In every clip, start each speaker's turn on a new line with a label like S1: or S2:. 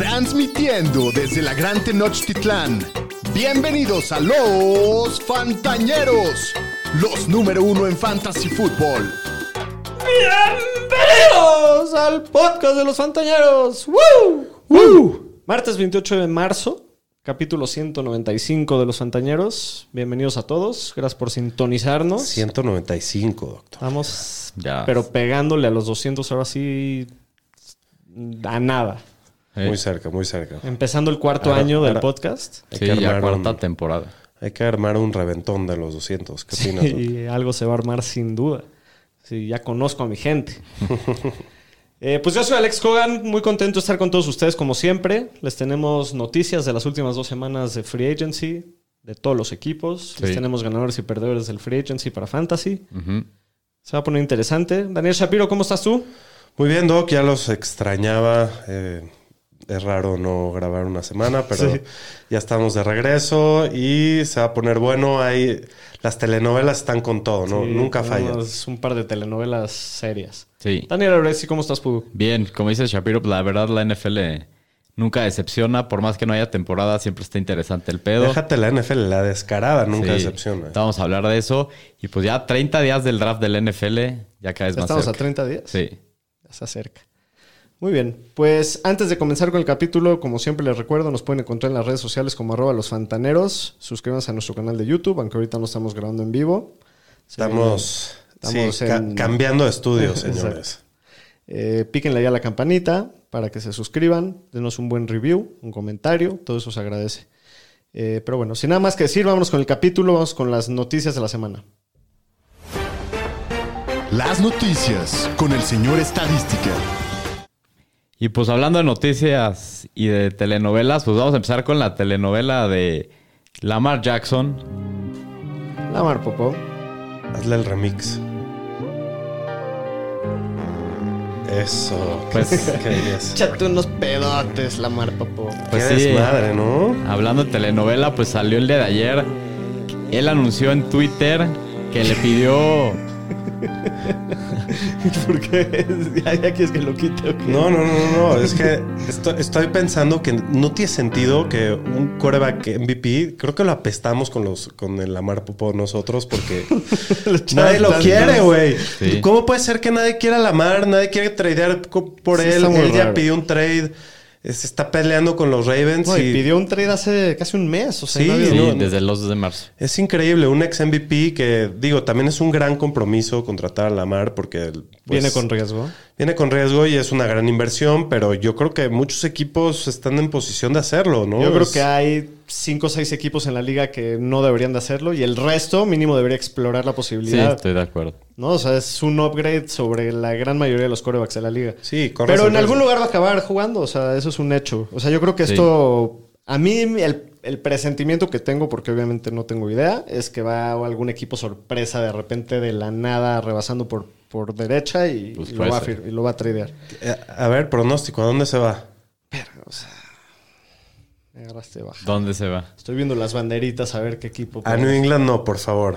S1: Transmitiendo desde la Gran Tenochtitlán. Bienvenidos a los Fantañeros, los número uno en Fantasy Football.
S2: Bienvenidos al podcast de los Fantañeros. ¡Woo! ¡Woo! Martes 28 de marzo, capítulo 195 de los Fantañeros. Bienvenidos a todos. Gracias por sintonizarnos.
S3: 195, doctor.
S2: Estamos, pero pegándole a los 200 ahora sí a nada.
S4: Eh,
S3: Muy cerca, muy cerca.
S2: Empezando el cuarto
S3: Ahora-
S2: año del
S3: ahora-
S2: podcast.
S3: Pues, Hay,
S4: Sí,
S3: que
S4: ya
S3: armar
S4: cuarta
S3: un,
S4: temporada.
S3: hay que armar un reventón de los 200. ¿Qué opinas? doctor?
S2: Y algo se va a armar sin duda. Sí, ya conozco a mi gente. Eh, pues yo soy Alex Hogan, muy contento de estar con todos ustedes como siempre. Les tenemos noticias de las últimas dos semanas de Free Agency, de todos los equipos. Les
S4: Sí.
S2: tenemos ganadores y perdedores del Free Agency para Fantasy.
S4: Ujú.
S2: Se va a poner interesante. Daniel Shapiro, ¿cómo estás tú?
S3: Muy bien, Doc. Ya los extrañaba. eh, es raro no grabar una semana, pero
S2: Sí.
S3: ya estamos de regreso y se va a poner bueno. Hay, las telenovelas están con todo, ¿no?
S2: Sí,
S3: Nunca fallan.
S2: tenemos Un par de telenovelas serias.
S4: Sí.
S2: Daniel Auresi, ¿cómo estás, Pudu?
S4: Bien, como dice Shapiro, pues, la verdad la NFL nunca decepciona. Por más que no haya temporada, siempre está interesante el pedo.
S3: Déjate la NFL, la descarada nunca
S4: Sí.
S3: decepciona.
S4: Vamos a hablar de eso. Y pues ya 30 días del draft del NFL, ya cada vez más
S2: Estamos a
S4: cerca.
S2: 30 días.
S4: Sí.
S2: Ya se acerca. Muy bien, pues antes de comenzar con el capítulo, como siempre les recuerdo, nos pueden encontrar en las redes sociales como arroba los fantaneros. Suscríbanse a nuestro canal de YouTube, aunque ahorita no estamos grabando en vivo. Se
S3: Estamos,
S2: Estamos
S3: sí, ca-
S2: en-
S3: cambiando de estudio, señores.
S2: viene, eh, píquenle ya a la campanita para que se suscriban, denos un buen review, un comentario, todo eso se agradece. Eh, pero bueno, sin nada más que decir, vámonos con el capítulo, vamos con las noticias de la semana.
S1: Las noticias con el señor Estadística.
S4: Y pues hablando de noticias y de telenovelas, pues vamos a empezar con la telenovela de Lamar Jackson.
S2: Lamar Popó.
S3: Hazle el remix. Eso.
S4: Pues-
S3: qué dirías?
S2: Échate unos pedotes, Lamar Popó.
S4: Pues
S3: qué
S4: sí.
S3: desmadre, ¿no?
S4: Hablando de telenovela, pues salió el día de ayer. Él anunció en Twitter que le pidió
S2: ¿Por qué? ¿Ya, ya quieres que lo quite o qué?
S3: No, no, no, no, no. Es que esto- estoy pensando que no tiene sentido que un coreback MVP, creo que lo apestamos con los con el Lamar Popó nosotros porque nadie lo
S2: Tantas-
S3: quiere, güey.
S4: Sí.
S3: ¿Cómo puede ser que nadie quiera a Lamar? Nadie quiere tradear co- por
S2: Sí,
S3: él.
S2: está muy
S3: Él ya
S2: raro.
S3: pidió un trade. Se está peleando con los Ravens.
S2: No, y
S3: y-
S2: pidió un trade hace casi un mes, o sea,
S3: Sí,
S2: no había-
S4: sí,
S3: no, no.
S4: desde el 2 de marzo.
S3: Es increíble, un ex MVP que, digo, también es un gran compromiso contratar a Lamar porque pues,
S2: viene con riesgo.
S3: viene con riesgo y es una gran inversión, pero yo creo que muchos equipos están en posición de hacerlo, ¿no?
S2: Yo creo
S3: Es-
S2: que hay cinco o seis equipos en la liga que no deberían de hacerlo y el resto mínimo debería explorar la
S4: Sí,
S2: posibilidad.
S4: estoy de acuerdo.
S2: ¿no? O sea, es un upgrade sobre la gran mayoría de los corebacks de la liga.
S3: Sí, corres
S2: Pero
S3: el
S2: en algún
S3: riesgo.
S2: lugar va a acabar jugando, o sea, eso es un hecho. O sea, yo creo que
S4: Sí.
S2: esto, a mí el, el presentimiento que tengo, porque obviamente no tengo idea, es que va algún equipo sorpresa de repente de la nada rebasando por, por derecha y,
S4: Pues
S2: y lo
S4: puede
S2: va a,
S4: ser.
S2: fir- y lo va a tradear.
S3: Eh, A ver, pronóstico, ¿a dónde se va?
S2: Me agarraste baja.
S4: ¿Dónde se va?
S2: Estoy viendo las banderitas a ver qué equipo.
S3: A New England no, por favor.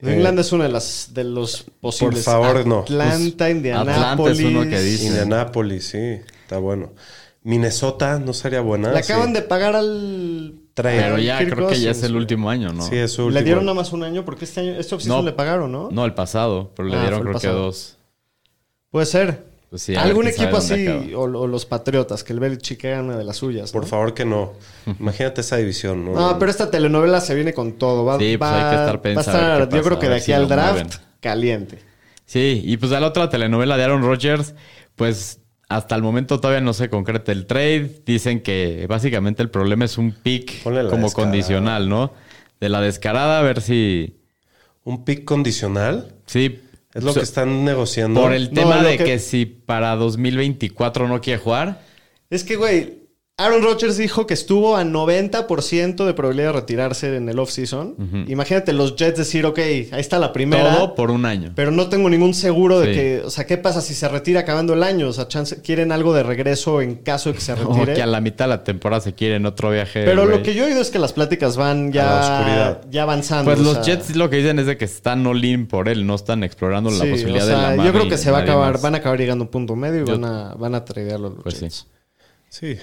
S2: New England es uno de, las, de los posibles.
S3: Eh, favor, no. Pues,
S2: Atlanta, Indianápolis.
S4: Atlanta es uno que dice. Sí.
S3: Indianapolis, sí, está bueno. Minnesota no sería buena.
S2: Le acaban
S3: sí.
S2: de pagar al.
S3: Trae.
S4: Pero ya
S2: Kirk
S4: creo que ya
S2: Cousins,
S4: es el
S2: güey.
S4: último año, ¿no?
S3: Sí, es su
S2: Le
S3: último.
S2: dieron nada más un año porque este año, este offseason
S4: No.
S2: le pagaron, ¿no?
S4: No, el pasado, pero le
S2: Ah,
S4: dieron
S2: fue el
S4: creo que
S2: pasado.
S4: dos.
S2: Puede ser.
S4: Pues sí, a ver
S2: Algún
S4: quién sabe
S2: equipo así,
S4: dónde
S2: o, o los Patriotas, que el Belichick era una de las suyas. ¿no?
S3: Por favor que no. Imagínate esa división, ¿no?
S2: No, pero esta telenovela se viene con todo. Va,
S4: Sí, pues
S2: va-
S4: hay que estar
S2: va a
S4: pensando a ver
S2: estar,
S4: qué
S2: yo
S4: pasa,
S2: creo que
S4: a
S2: de
S4: ver
S2: aquí
S4: si
S2: al
S4: lo
S2: draft,
S4: mueven.
S2: caliente.
S4: Sí, y pues a la otra telenovela de Aaron Rodgers, pues hasta el momento todavía no se concreta el trade. Dicen que básicamente el problema es un pick como
S3: Ponle la descarada.
S4: condicional, ¿no? De la descarada, a ver si.
S3: Un pick condicional.
S4: Sí.
S3: Es lo
S4: so-
S3: que están negociando.
S4: Por el
S2: No,
S4: tema
S2: lo
S4: de
S2: que-
S4: que... si para 2024 no quiere jugar.
S2: Es que, güey, Aaron Rodgers dijo que estuvo a 90% de probabilidad de retirarse en el offseason. Imagínate los Jets decir, ok, ahí está la primera.
S4: Todo por un año.
S2: Pero no tengo ningún seguro de
S4: Sí.
S2: que, o sea, ¿qué pasa si se retira acabando el año? O sea, chance- quieren algo de regreso en caso de que se
S4: O
S2: retire.
S4: que a la mitad de la temporada se quiere en otro viaje.
S2: Pero lo
S4: güey.
S2: que yo he oído es que las pláticas van
S3: A la
S2: ya,
S3: oscuridad.
S2: ya avanzando.
S4: Pues
S2: o
S4: los
S2: sea,
S4: Jets lo que dicen es de que están all in por él, no están explorando la
S2: sí,
S4: posibilidad
S2: o sea,
S4: de Lamar
S2: Yo creo
S4: y
S2: que se va a
S4: nadie
S2: acabar,
S4: más. pues
S2: van a acabar llegando a un punto medio y
S4: Yo-
S2: van a, van a tradearlo los
S4: Pues sí.
S2: Jets.
S3: Sí.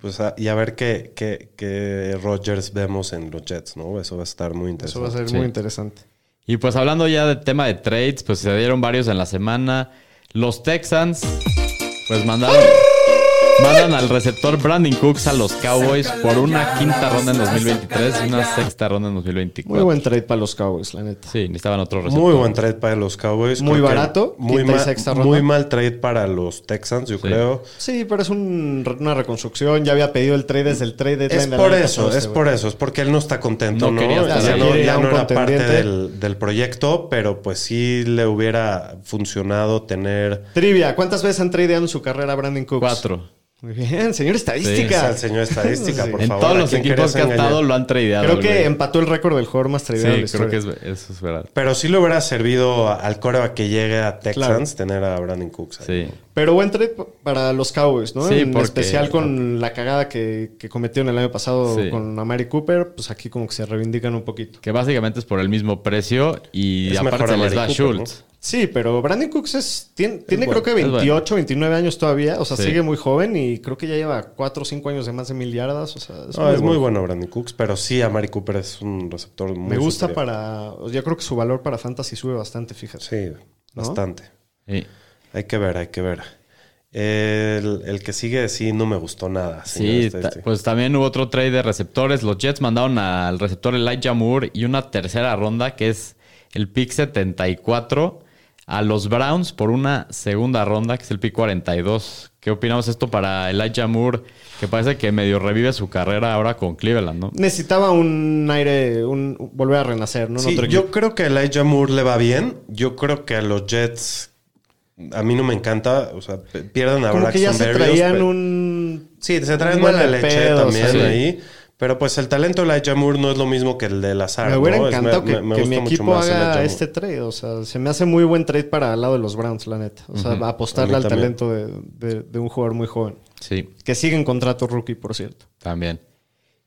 S3: Pues a- y a ver qué, qué, qué Rodgers vemos en los Jets, ¿no? Eso va a estar muy
S2: Eso
S3: interesante.
S2: va a ser
S4: Sí.
S2: muy interesante.
S4: Y pues hablando ya del tema de trades, pues se dieron varios en la semana. Los Texans, pues mandaron. Mandan al receptor Brandon Cooks a los Cowboys por una quinta ronda en 2023 y una sexta ronda en
S2: Muy
S4: 2024.
S2: buen trade para los Cowboys, la neta.
S4: Sí, necesitaban otro receptor.
S3: Muy buen trade para los Cowboys.
S2: Muy
S3: Creo que
S2: barato,
S3: Muy
S2: quinta y
S3: mal,
S2: sexta ronda.
S3: muy mal trade para los Texans, yo creo.
S2: Sí, pero es un- una reconstrucción. Ya había pedido el trade desde el trade deadline
S3: Es
S2: del
S3: por
S2: año
S3: eso,
S2: pasado,
S3: es
S2: este,
S3: por
S2: güey.
S3: eso, es porque él no está contento,
S4: No
S3: ¿no?
S4: quería estar
S3: ya
S4: ahí.
S3: no,
S2: Quiere
S3: ya
S2: a un
S3: no era parte
S2: contendiente.
S3: del, del proyecto, pero pues sí le hubiera funcionado tener
S2: Trivia, ¿cuántas veces han tradeado en su carrera Brandon Cooks?
S4: Cuatro.
S2: Muy bien, señor estadística.
S3: al señor estadística,
S2: Sí.
S3: por
S4: en
S3: favor.
S4: todos
S3: ¿a
S4: los
S3: quién
S4: equipos
S3: querías
S4: que ha
S3: engañar?
S4: estado lo han tradeado.
S2: Creo que
S4: güey.
S2: empató el récord del jugador más tradeado de la
S4: Sí, creo
S2: historia.
S4: que es- eso es verdad.
S3: Pero sí le hubiera servido a- al coreback que llegue a Texans tener a Brandon Cooks. ahí.
S4: Sí.
S2: Pero buen trade p- para los Cowboys, ¿no?
S4: Sí,
S2: en
S4: porque-
S2: especial con la cagada que, que cometieron el año pasado
S4: Sí.
S2: con Amari Cooper, pues aquí como que se reivindican un poquito.
S4: Que básicamente es por el mismo precio y
S3: Es mejor
S4: aparte se
S3: a
S4: les
S3: Mari
S4: da
S3: Cooper, ¿no?
S4: Schultz.
S2: Sí, pero Brandon Cooks es, tiene, tiene
S3: bueno,
S2: creo que
S4: es bueno.
S2: 28, 29 años todavía, o sea,
S4: Sí.
S2: sigue muy joven y creo que ya lleva 4 o 5 años de más de mil yardas, o sea, es
S3: No,
S2: muy
S3: Ah, es muy
S2: bueno.
S3: bueno Brandon Cooks, pero sí, a Mari Cooper es un receptor muy
S2: Me gusta
S3: superior.
S2: para, o sea, yo creo que su valor para fantasy sube bastante, fíjate.
S3: Sí, bastante.
S4: Sí.
S3: Hay que ver, hay que ver. El, el que sigue sí no me gustó nada. señor
S4: Sí,
S3: estadística.
S4: ta- pues también hubo otro trade de receptores. Los Jets mandaron al receptor Elijah Moore y una tercera ronda que es el pick 74 a los Browns por una segunda ronda que es el pick 42. ¿Qué opinamos esto para Elijah Moore? Que parece que medio revive su carrera ahora con Cleveland, ¿no?
S2: Necesitaba un aire, un volver a renacer, ¿no? En
S3: Sí,
S2: otro equipo.
S3: yo creo que a Elijah Moore le va bien. Yo creo que a los Jets a mí no me encanta. O sea, pe- pierden a
S2: como
S3: Braxton
S2: que ya se
S3: Berrios,
S2: traían
S3: pe-
S2: un
S3: Sí, se traen
S2: un
S3: mala
S2: mal
S3: leche
S2: pedo, o
S3: también
S2: sea,
S4: sí.
S3: ahí. Pero pues el talento de Elijah Moore no es lo mismo que el de Lazar.
S2: Me hubiera
S3: Ah, ¿no? Es-
S2: encantado que, que
S3: gusta
S2: mi
S3: mucho
S2: equipo
S3: más Elijah
S2: haga
S3: Moore.
S2: este trade. O sea, se me hace muy buen trade para el lado de los Browns, la neta. O sea, apostarle
S3: A
S2: al
S3: mí también.
S2: talento de, de- de un jugador muy joven.
S4: Sí.
S2: Que sigue en contrato rookie, por cierto.
S4: También.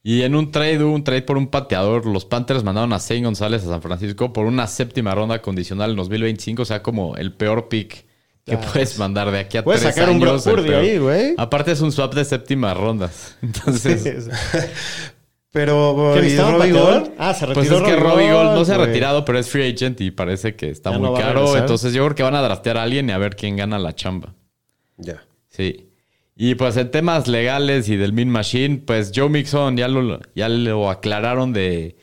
S4: Y en un trade, hubo un trade por un pateador. Los Panthers mandaron a Zane González a San Francisco por una séptima ronda condicional en 2025. O sea, como el peor pick que
S2: Ah,
S4: puedes mandar de aquí a
S2: puedes
S4: tres
S2: sacar un
S4: años,
S2: Brock
S4: el
S2: Purdy
S4: peor.
S2: ahí, güey.
S4: Aparte es un swap de séptimas rondas. Entonces,
S3: Pero,
S2: ¿Que
S3: ¿y
S2: necesitaba un
S3: Robbie
S2: pateador?
S3: Gould?
S2: Ah, se retiró
S4: pues es que Robbie Gold no se ha
S2: güey.
S4: retirado, pero es free agent y parece que está
S2: Ya
S4: muy
S2: no va a
S4: caro.
S2: regresar.
S4: Entonces yo creo que van a draftear a alguien y a ver quién gana la chamba.
S3: Ya.
S4: Sí. Y pues en temas legales y del Min Machine, pues Joe Mixon ya lo, ya lo aclararon de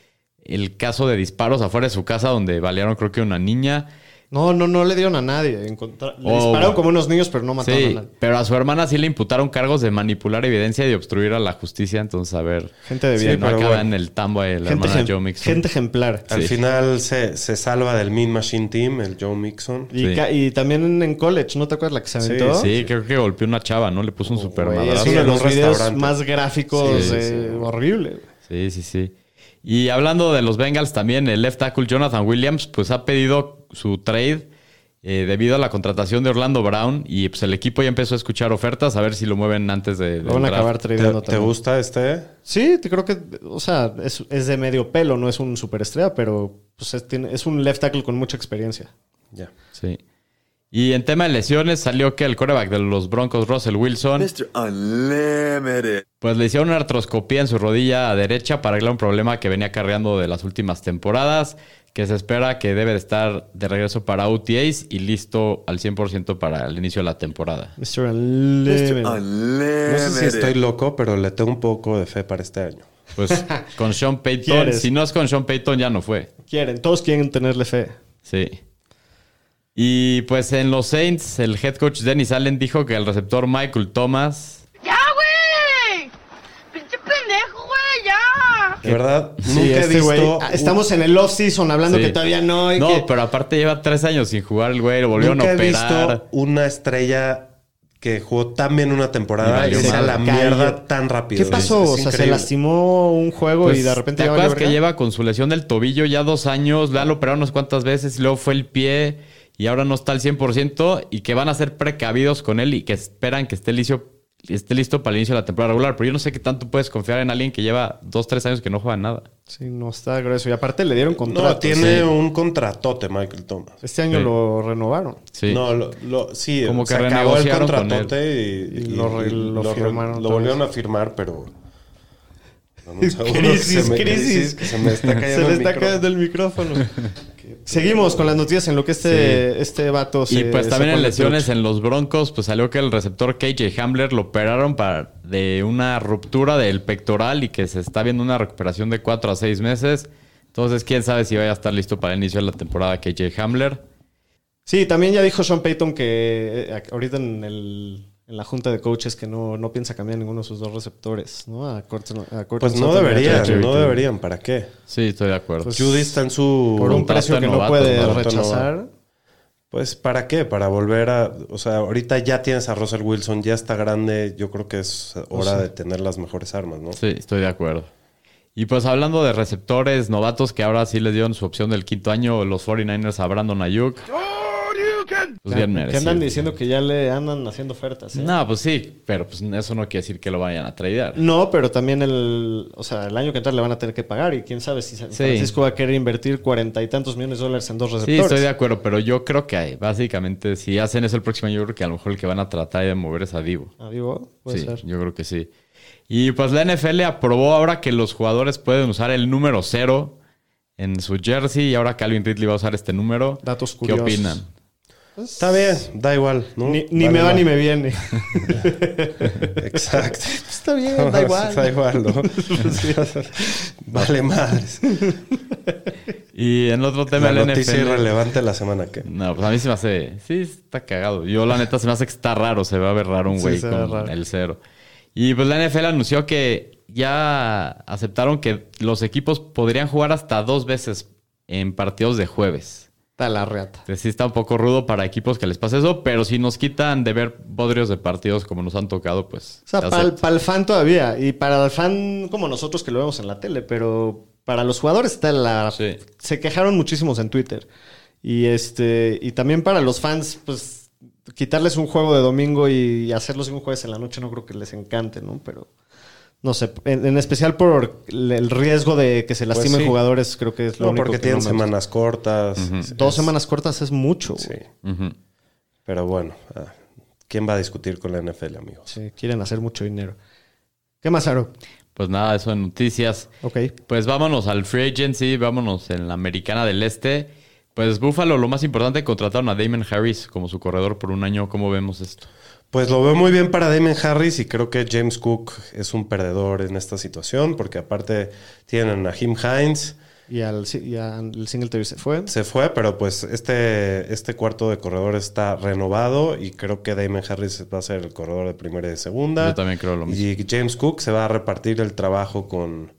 S4: el caso de disparos afuera de su casa donde balearon creo que una niña.
S2: No, no, no le dieron a nadie. Encontra- Le
S4: Oh,
S2: dispararon
S4: güey.
S2: como unos niños, pero no mataron a
S4: Sí,
S2: nadie.
S4: pero a su hermana sí le imputaron cargos de manipular evidencia y de obstruir a la justicia. Entonces, a ver,
S2: Gente de
S4: si
S2: bien.
S4: no
S3: pero
S4: acaba
S3: bueno.
S4: en el tambo de la
S2: gente,
S4: hermana de
S2: ejem-
S4: Joe Mixon.
S2: gente ejemplar.
S3: Al
S4: Sí.
S3: final se, se salva del Mean Machine Team, el Joe Mixon.
S2: Y,
S4: Sí.
S2: ca- y también en college, ¿no te acuerdas la que se
S3: Sí,
S2: aventó?
S4: Sí, creo que golpeó una chava, ¿no? Le puso un super
S2: Oh, Güey, es
S4: madrazo.
S2: uno de
S3: En un
S2: los videos
S3: restaurante.
S2: más gráficos
S4: Sí,
S2: eh, horrible. güey.
S4: Sí, sí, sí. Y hablando de los Bengals también, el left tackle Jonathan Williams pues ha pedido su trade eh, debido a la contratación de Orlando Brown y pues el equipo ya empezó a escuchar ofertas a ver si lo mueven antes de...
S2: Lo van a
S4: del draft.
S2: acabar
S3: ¿Te,
S2: tradeando
S3: te
S2: también.
S3: gusta este?
S2: Sí, te creo que, o sea, es, es de medio pelo, no es un superestrella, pero pues es, tiene- es un left tackle con mucha experiencia.
S3: Ya.
S4: Sí. Y en tema de lesiones salió que el coreback de los Broncos, Russell Wilson,
S5: Mr. Unlimited.
S4: pues le hicieron una artroscopía en su rodilla derecha para arreglar un problema que venía cargando de las últimas temporadas, que se espera que debe de estar de regreso para OTAs y listo al 100% para el inicio de la temporada.
S2: Mr. Unlimited.
S3: No
S5: Unlimited.
S3: sé si estoy loco, pero le tengo un poco de fe para este año.
S4: Pues con Sean Payton,
S2: ¿Quieres?
S4: si no es con Sean Payton, ya no fue.
S2: Quieren, todos quieren tenerle fe.
S4: Sí. Y pues en los Saints, el head coach Dennis Allen dijo que el receptor Michael Thomas,
S6: ¡Ya, güey! ¡Pinche pendejo, güey! ¡Ya!
S3: De verdad,
S2: Sí,
S3: nunca he
S2: este
S3: visto.
S2: güey.
S3: un-
S2: ah, Estamos en el off-season hablando
S4: Sí.
S2: que todavía no. y
S4: no,
S2: que-
S4: pero aparte lleva tres años sin jugar el güey, lo volvieron
S3: Nunca
S4: a
S3: he visto
S4: operar.
S3: una estrella que jugó tan bien una temporada
S4: Y
S3: y,
S4: valió
S3: se
S4: madre.
S3: la
S2: Cayó.
S3: mierda tan rápido.
S2: ¿Qué
S3: Es-
S2: pasó?
S3: es
S2: o sea, se
S3: increíble.
S2: lastimó un juego
S4: Pues,
S2: y de repente
S4: ¿Te
S2: ya valió
S4: acuerdas que
S2: verga?
S4: lleva con su lesión del tobillo ya dos años? Le han operado unas cuantas veces, y luego fue el pie y ahora no está al 100% y que van a ser precavidos con él y que esperan que esté liso, esté listo para el inicio de la temporada regular. Pero yo no sé qué tanto puedes confiar en alguien que lleva dos, tres años que no juega nada.
S2: Sí, no está grueso. Y aparte le dieron contrato.
S3: No, tiene
S4: sí.
S3: un contratote Michael Thomas.
S2: Este año
S4: Sí.
S2: lo renovaron.
S4: Sí.
S3: No, lo, lo- sí,
S4: Como que
S3: se acabó el
S4: renegociaron con
S3: contratote y,
S2: Y lo re- lo
S3: re-
S2: firmaron
S3: lo
S2: otra
S3: volvieron
S2: vez.
S3: a firmar, pero... Dame un segundo que
S2: Crisis,
S3: se me-
S2: crisis.
S3: que se me está
S2: Se
S3: cayendo
S2: le
S3: el
S2: está
S3: micrófono.
S2: cayendo el micrófono. Seguimos con las noticias en lo que este, este vato se.
S4: Y pues también
S2: sacó
S4: en
S2: el
S4: lesiones
S2: pecho.
S4: en los Broncos, pues salió que el receptor KJ Hamler lo operaron para, de una ruptura del pectoral y que se está viendo una recuperación de 4 a 6 meses. Entonces, quién sabe si vaya a estar listo para el inicio de la temporada KJ Hamler.
S2: Sí, también ya dijo Sean Payton que eh, ahorita en, el- en la junta de coaches que no, no piensa cambiar ninguno de sus dos receptores, ¿no? A Cortland- a Cortland
S3: Pues no
S2: Sutton y a Jared
S3: deberían,
S2: Reed.
S3: no deberían. ¿Para qué?
S4: Sí, estoy de acuerdo.
S2: Pues-
S3: Judy está en su...
S2: Por un precio que no
S4: novato,
S2: puede
S3: novato,
S2: rechazar.
S3: Pues ¿para qué? Para volver a... O sea, ahorita ya tienes a Russell Wilson, ya está grande. Yo creo que es
S4: Pues
S3: hora de tener las mejores armas, ¿no?
S4: Sí, estoy de acuerdo. Y pues hablando de receptores novatos que ahora sí les dieron su opción del quinto año, los 49ers a Brandon Ayuk. Pues bien
S2: Que andan
S4: merecido.
S2: diciendo que ya le andan haciendo ofertas. ¿eh?
S4: No, pues sí, pero pues eso no quiere decir que lo vayan a tradear.
S2: No, pero también el, o sea, el año que entra le van a tener que pagar y quién sabe si San
S4: Sí.
S2: Francisco va a querer invertir cuarenta y tantos millones de dólares en dos
S4: Sí,
S2: receptores.
S4: estoy de acuerdo, pero yo creo que eh, básicamente si hacen eso el próximo año, yo creo que a lo mejor el que van a tratar de mover es a Divo.
S2: Ah, digo, puede
S4: Sí,
S2: ser.
S4: yo creo que sí. Y pues la NFL aprobó ahora que los jugadores pueden usar el número cero en su jersey y ahora Calvin Ridley va a usar este número.
S2: Datos
S4: ¿Qué
S2: curiosos.
S4: opinan?
S3: Está bien, da igual, ¿no?
S2: Ni, ni
S3: Vale,
S2: me va ni me viene.
S3: Exacto.
S2: Está bien, da
S3: da
S2: igual.
S3: igual, ¿no? vale madres.
S4: Y en otro tema
S3: La
S4: del
S3: noticia
S4: NFL.
S3: irrelevante de la semana que...
S4: No, pues a mí se me hace. Sí, está cagado. Yo, la neta, se me hace que está raro. Se va a ver raro un
S2: Sí,
S4: güey
S2: se ve
S4: con
S2: raro.
S4: el cero. Y pues la NFL anunció que ya aceptaron que los equipos podrían jugar hasta dos veces en partidos de jueves.
S2: Está la reata.
S4: Entonces, sí está un poco rudo para equipos que les pase eso, pero si nos quitan de ver bodrios de partidos como nos han tocado, pues.
S2: O sea,
S4: se
S2: para
S4: acepta.
S2: el fan todavía. Y para el fan como nosotros que lo vemos en la tele, pero para los jugadores está la.
S4: Sí.
S2: Se quejaron muchísimos en Twitter. Y este. Y también para los fans, pues. Quitarles un juego de domingo y hacerlos un jueves en la noche no creo que les encante, ¿no? Pero. No sé. En, en especial por el el riesgo de que se lastimen
S3: Pues sí.
S2: jugadores, creo que es lo
S3: No,
S2: único
S3: porque
S2: que
S3: tienen
S2: no me gusta.
S3: semanas cortas.
S2: Dos semanas cortas es mucho.
S3: Sí.
S2: güey.
S4: Ujú.
S3: Pero bueno, ah, ¿quién va a discutir con la NFL, amigos?
S2: Sí, quieren hacer mucho dinero. ¿Qué más, Aro?
S4: Pues nada, eso en noticias.
S2: Ok.
S4: Pues vámonos al free agency, vámonos en la americana del este. Pues Buffalo, lo más importante, contrataron a Damon Harris como su corredor por un año. ¿Cómo vemos esto?
S3: Pues lo veo muy bien para Damon Harris y creo que James Cook es un perdedor en esta situación porque aparte tienen a Jim Hines.
S2: Y al, si- y al Singletary se fue.
S3: Se fue, pero pues este, este cuarto de corredor está renovado y creo que Damon Harris va a ser el corredor de primera y de segunda.
S4: Yo también creo lo mismo.
S3: Y James Cook se va a repartir el trabajo con,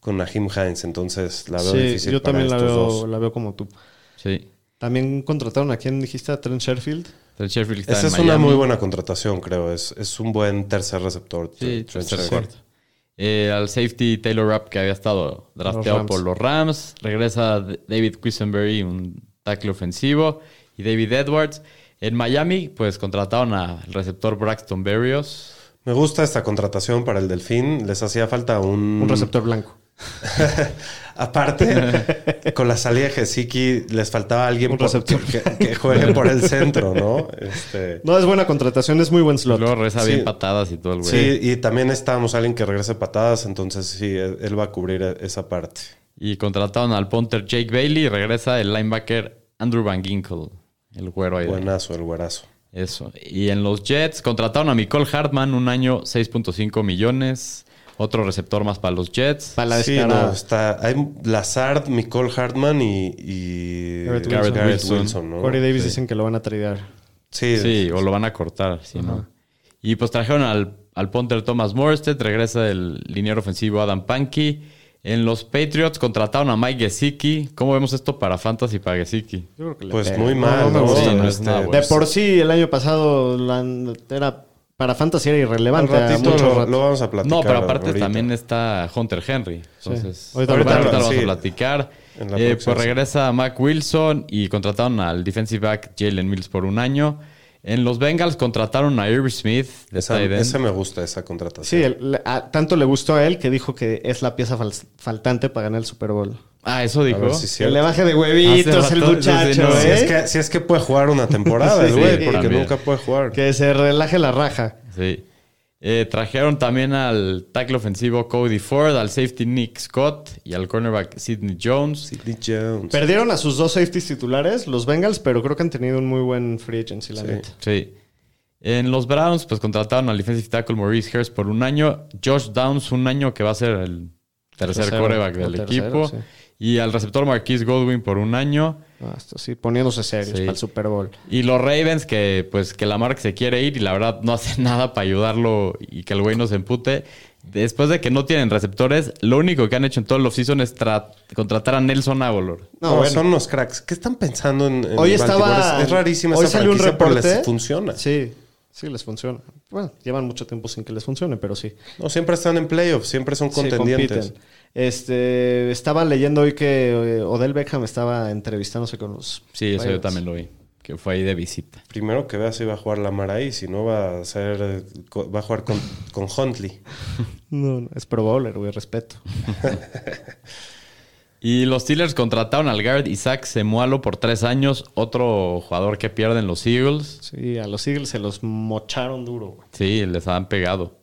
S3: con Nahim Hines, entonces la veo
S2: Sí,
S3: difícil
S2: yo
S3: para
S2: también la
S3: estos
S2: veo,
S3: dos.
S2: la veo como tú.
S4: Sí.
S2: También contrataron a quién dijiste, a Trent Sherfield.
S4: Trent Sheffield está
S3: Esa
S4: en
S3: es una
S4: Miami.
S3: muy buena contratación, creo. Es, es un buen tercer receptor.
S4: Sí,
S3: Trent
S4: tercer
S3: Sherfield.
S4: cuarto. Eh, al safety Taylor Rapp, que había estado
S2: Los
S4: drafteado
S2: Rams.
S4: por los Rams. Regresa D- David Quisenberry, un tackle ofensivo. Y David Edwards. En Miami, pues contrataron al receptor Braxton Berrios.
S3: Me gusta esta contratación para el Delfín. Les hacía falta un...
S2: Un receptor blanco.
S3: Aparte, con la salida de Gesicki, les faltaba alguien
S2: Un
S3: por-
S2: receptor.
S3: que, que juegue por el centro, ¿no? Este,
S2: No es buena contratación, es muy buen slot.
S4: Luego regresa bien
S3: Sí.
S4: patadas y todo el güey.
S3: sí, y también estábamos alguien que regrese patadas, entonces sí, él él va a cubrir e- esa parte.
S4: Y contrataron al punter Jake Bailey y regresa el linebacker Andrew Van Ginkle, el güero ahí. de-
S3: Buenazo, el güerazo.
S4: Eso. Y en los Jets contrataron a Nicole Hartman, un año 6.5 millones. Otro receptor más para los Jets.
S2: Para la
S3: sí,
S2: descarada.
S3: no, está. Hay Lazard, Nicole Hartman y, y
S2: Garrett Wilson.
S3: Garrett
S4: Wilson.
S3: Wilson, ¿no?
S2: Corey Davis dicen que lo van a tradear.
S3: Sí,
S4: sí, o lo van a cortar, si no. Y pues trajeron al, al punter Thomas Morstead, regresa el liniero ofensivo Adam Pankey. En los Patriots contrataron a Mike Gesicki. ¿Cómo vemos esto para Fantasy y para Gesicki?
S2: Yo creo que le
S3: Pues
S2: pega.
S3: muy
S2: No,
S3: mal,
S2: no me
S3: ¿no? Este,
S2: gusta.
S3: pues
S4: Sí, Eh, no es nada bueno.
S2: De por sí, el año pasado la- era para fantasy era
S3: Al
S2: irrelevante. a
S3: ratito
S2: mucho
S3: lo,
S2: rato.
S3: lo vamos a platicar.
S4: No, pero aparte
S3: ahorita.
S4: también está Hunter Henry. Entonces,
S2: Ahorita lo
S4: ahorita, ahorita lo
S3: platicamos,
S4: vamos
S3: sí.
S4: a platicar.
S3: En la
S4: Eh,
S3: próxima.
S4: pues regresa Mac Wilson y contrataron al defensive back Jalen Mills por un año. En los Bengals contrataron a Irv Smith de
S3: Esa,
S4: tight end.
S3: esa me gusta, esa contratación.
S2: Sí, el- le- a- tanto le gustó a él que dijo que es la pieza fal- faltante para ganar el Super Bowl.
S4: Ah, eso dijo.
S3: A ver si es
S2: Que le
S3: cierto.
S2: baje de huevitos
S4: Hace
S2: el
S4: rato,
S2: muchacho,
S4: no,
S2: ¿eh?
S4: sí,
S3: Si es, que, si es que puede jugar una temporada, el
S2: Sí,
S3: güey,
S2: sí,
S3: porque
S4: también.
S3: nunca puede jugar.
S2: Que se relaje la raja.
S4: Sí. Eh, trajeron también al tackle ofensivo Cody Ford, al safety Nick Scott y al cornerback Sidney Jones.
S3: Sidney Jones.
S2: Perdieron a sus dos safeties titulares, los Bengals, pero creo que han tenido un muy buen free agency, la
S3: Sí.
S2: neta.
S4: Sí. En los Browns, pues contrataron al defensive tackle Maurice Hurst por un año. Josh Downs, un año que va a ser el tercer
S2: Tercero,
S4: coreback
S2: o
S4: del
S2: tercero,
S4: equipo.
S2: sí.
S4: Y al receptor Marquise Goldwyn por un año.
S2: Ah, esto sí, poniéndose serios
S4: Sí.
S2: para el Super Bowl.
S4: Y los Ravens, que pues que la marca se quiere ir y la verdad no hace nada para ayudarlo y que el güey no se empute. Después de que no tienen receptores, lo único que han hecho en todo el offseason es tra- contratar a Nelson Aguilar.
S2: No,
S3: No,
S2: bueno.
S3: son unos cracks. ¿Qué están pensando en, en
S2: Hoy
S3: Baltimore?
S2: estaba.
S3: Es, es rarísima
S2: Hoy
S3: esa
S2: salió un
S3: franquicia, pero
S2: reporte.
S3: les funciona.
S2: Sí, sí, les funciona. Bueno, llevan mucho tiempo sin que les funcione, pero sí.
S3: No, siempre están en playoffs, siempre son
S2: Sí,
S3: contendientes.
S2: compiten. este, estaba leyendo hoy que eh, Odell Beckham estaba entrevistándose con los.
S4: Sí, eso yo
S2: Ravens.
S4: también lo vi. Que fue ahí de visita.
S3: Primero que vea si va a jugar Lamar ahí, si no va a ser eh, co- va a jugar con, con Huntley.
S2: No, no, es Pro Bowler, güey, respeto.
S4: Y los Steelers contrataron al guard Isaac Semualo por tres años, otro jugador que pierden los Eagles.
S2: Sí, a los Eagles se los mocharon duro, güey.
S4: Sí, les han pegado.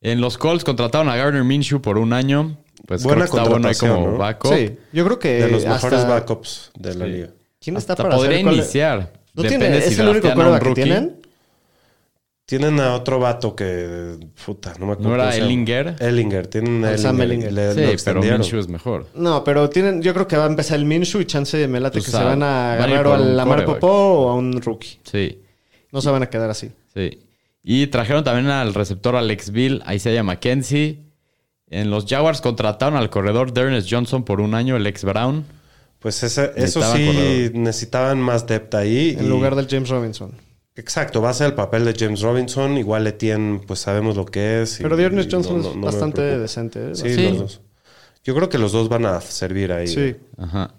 S4: En los Colts contrataron a Gardner Minshew por un año. Pues
S3: Buena
S4: creo que está bueno ahí
S3: contratación,
S4: como
S3: ¿no?
S4: backup.
S2: Sí, yo creo que.
S3: De los
S2: Eh, hasta-
S3: mejores backups de la
S4: Sí.
S3: liga.
S2: ¿Quién está
S4: Hasta
S2: para
S4: podría
S2: hacer cuál-
S4: iniciar.
S2: ¿No
S4: Depende
S2: tiene,
S4: si
S2: ¿Es el único
S4: draftean a un
S2: coreback que
S4: rookie.
S2: tienen?
S3: Tienen a otro vato que. Puta, no me acuerdo.
S4: ¿No era
S3: cómo se llama.
S4: Ellinger?
S3: Ellinger, tienen a
S2: Ah, Sam
S3: Ellinger.
S2: Ellinger.
S3: Le- lo
S4: Sí, pero
S3: extendieron.
S4: Minshew es mejor.
S2: No, pero tienen, yo creo que va a empezar el Minshu y chance de Melate
S4: Pues
S2: que
S4: a-
S2: se van a
S4: van a ir
S2: agarrar o
S4: por
S2: a
S4: un
S2: Lamar
S4: quarterback.
S2: Popó o a un rookie.
S4: Sí,
S2: No se van a quedar así.
S4: sí. Y trajeron también al receptor Alex Bill, Isaiah McKenzie. En los Jaguars contrataron al corredor Dernest Johnson por un año, el ex Brown.
S3: Pues ese- eso
S4: Necesitaban
S3: sí,
S4: corredor.
S3: necesitaban más depth ahí.
S2: En
S3: y-
S2: lugar del James Robinson.
S3: Exacto, va a ser el papel de James Robinson. Igual Etienne, pues sabemos lo que es. y-
S2: Pero Dearness
S3: y
S2: Johnson
S3: no- no-
S2: es
S3: no me
S2: bastante
S3: preocupa.
S2: decente. ¿eh?
S3: Sí,
S4: Sí.
S3: los dos. Yo creo que los dos van a servir ahí.
S2: Sí.
S3: eh.
S4: Ajá.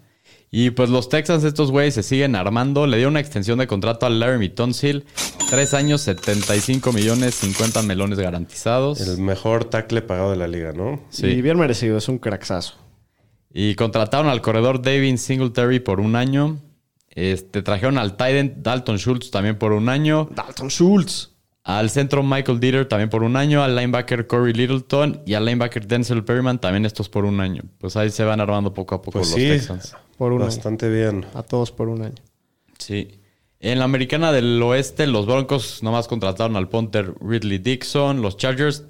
S4: Y pues los Texans, estos güeyes, se siguen armando. Le dio una extensión de contrato a Laramie Tonsil. Tres años, 75 millones, 50 melones garantizados.
S3: El mejor tackle pagado de la liga, ¿no?
S4: Sí.
S2: Y bien merecido, es un craxazo.
S4: Y contrataron al corredor David Singletary por un año. Este, trajeron al Titan Dalton Schultz también por un año.
S2: Dalton Schultz.
S4: Al centro Michael Dieter también por un año. Al linebacker Corey Littleton y al linebacker Denzel Perryman también estos por un año. Pues ahí se van armando poco a poco
S3: Pues
S4: los
S3: sí.
S4: Texans.
S2: Por un año.
S3: Bastante bien.
S2: A todos por un año.
S4: Sí. En la americana del oeste, los Broncos nomás contrataron al punter Ridley Dixon. Los Chargers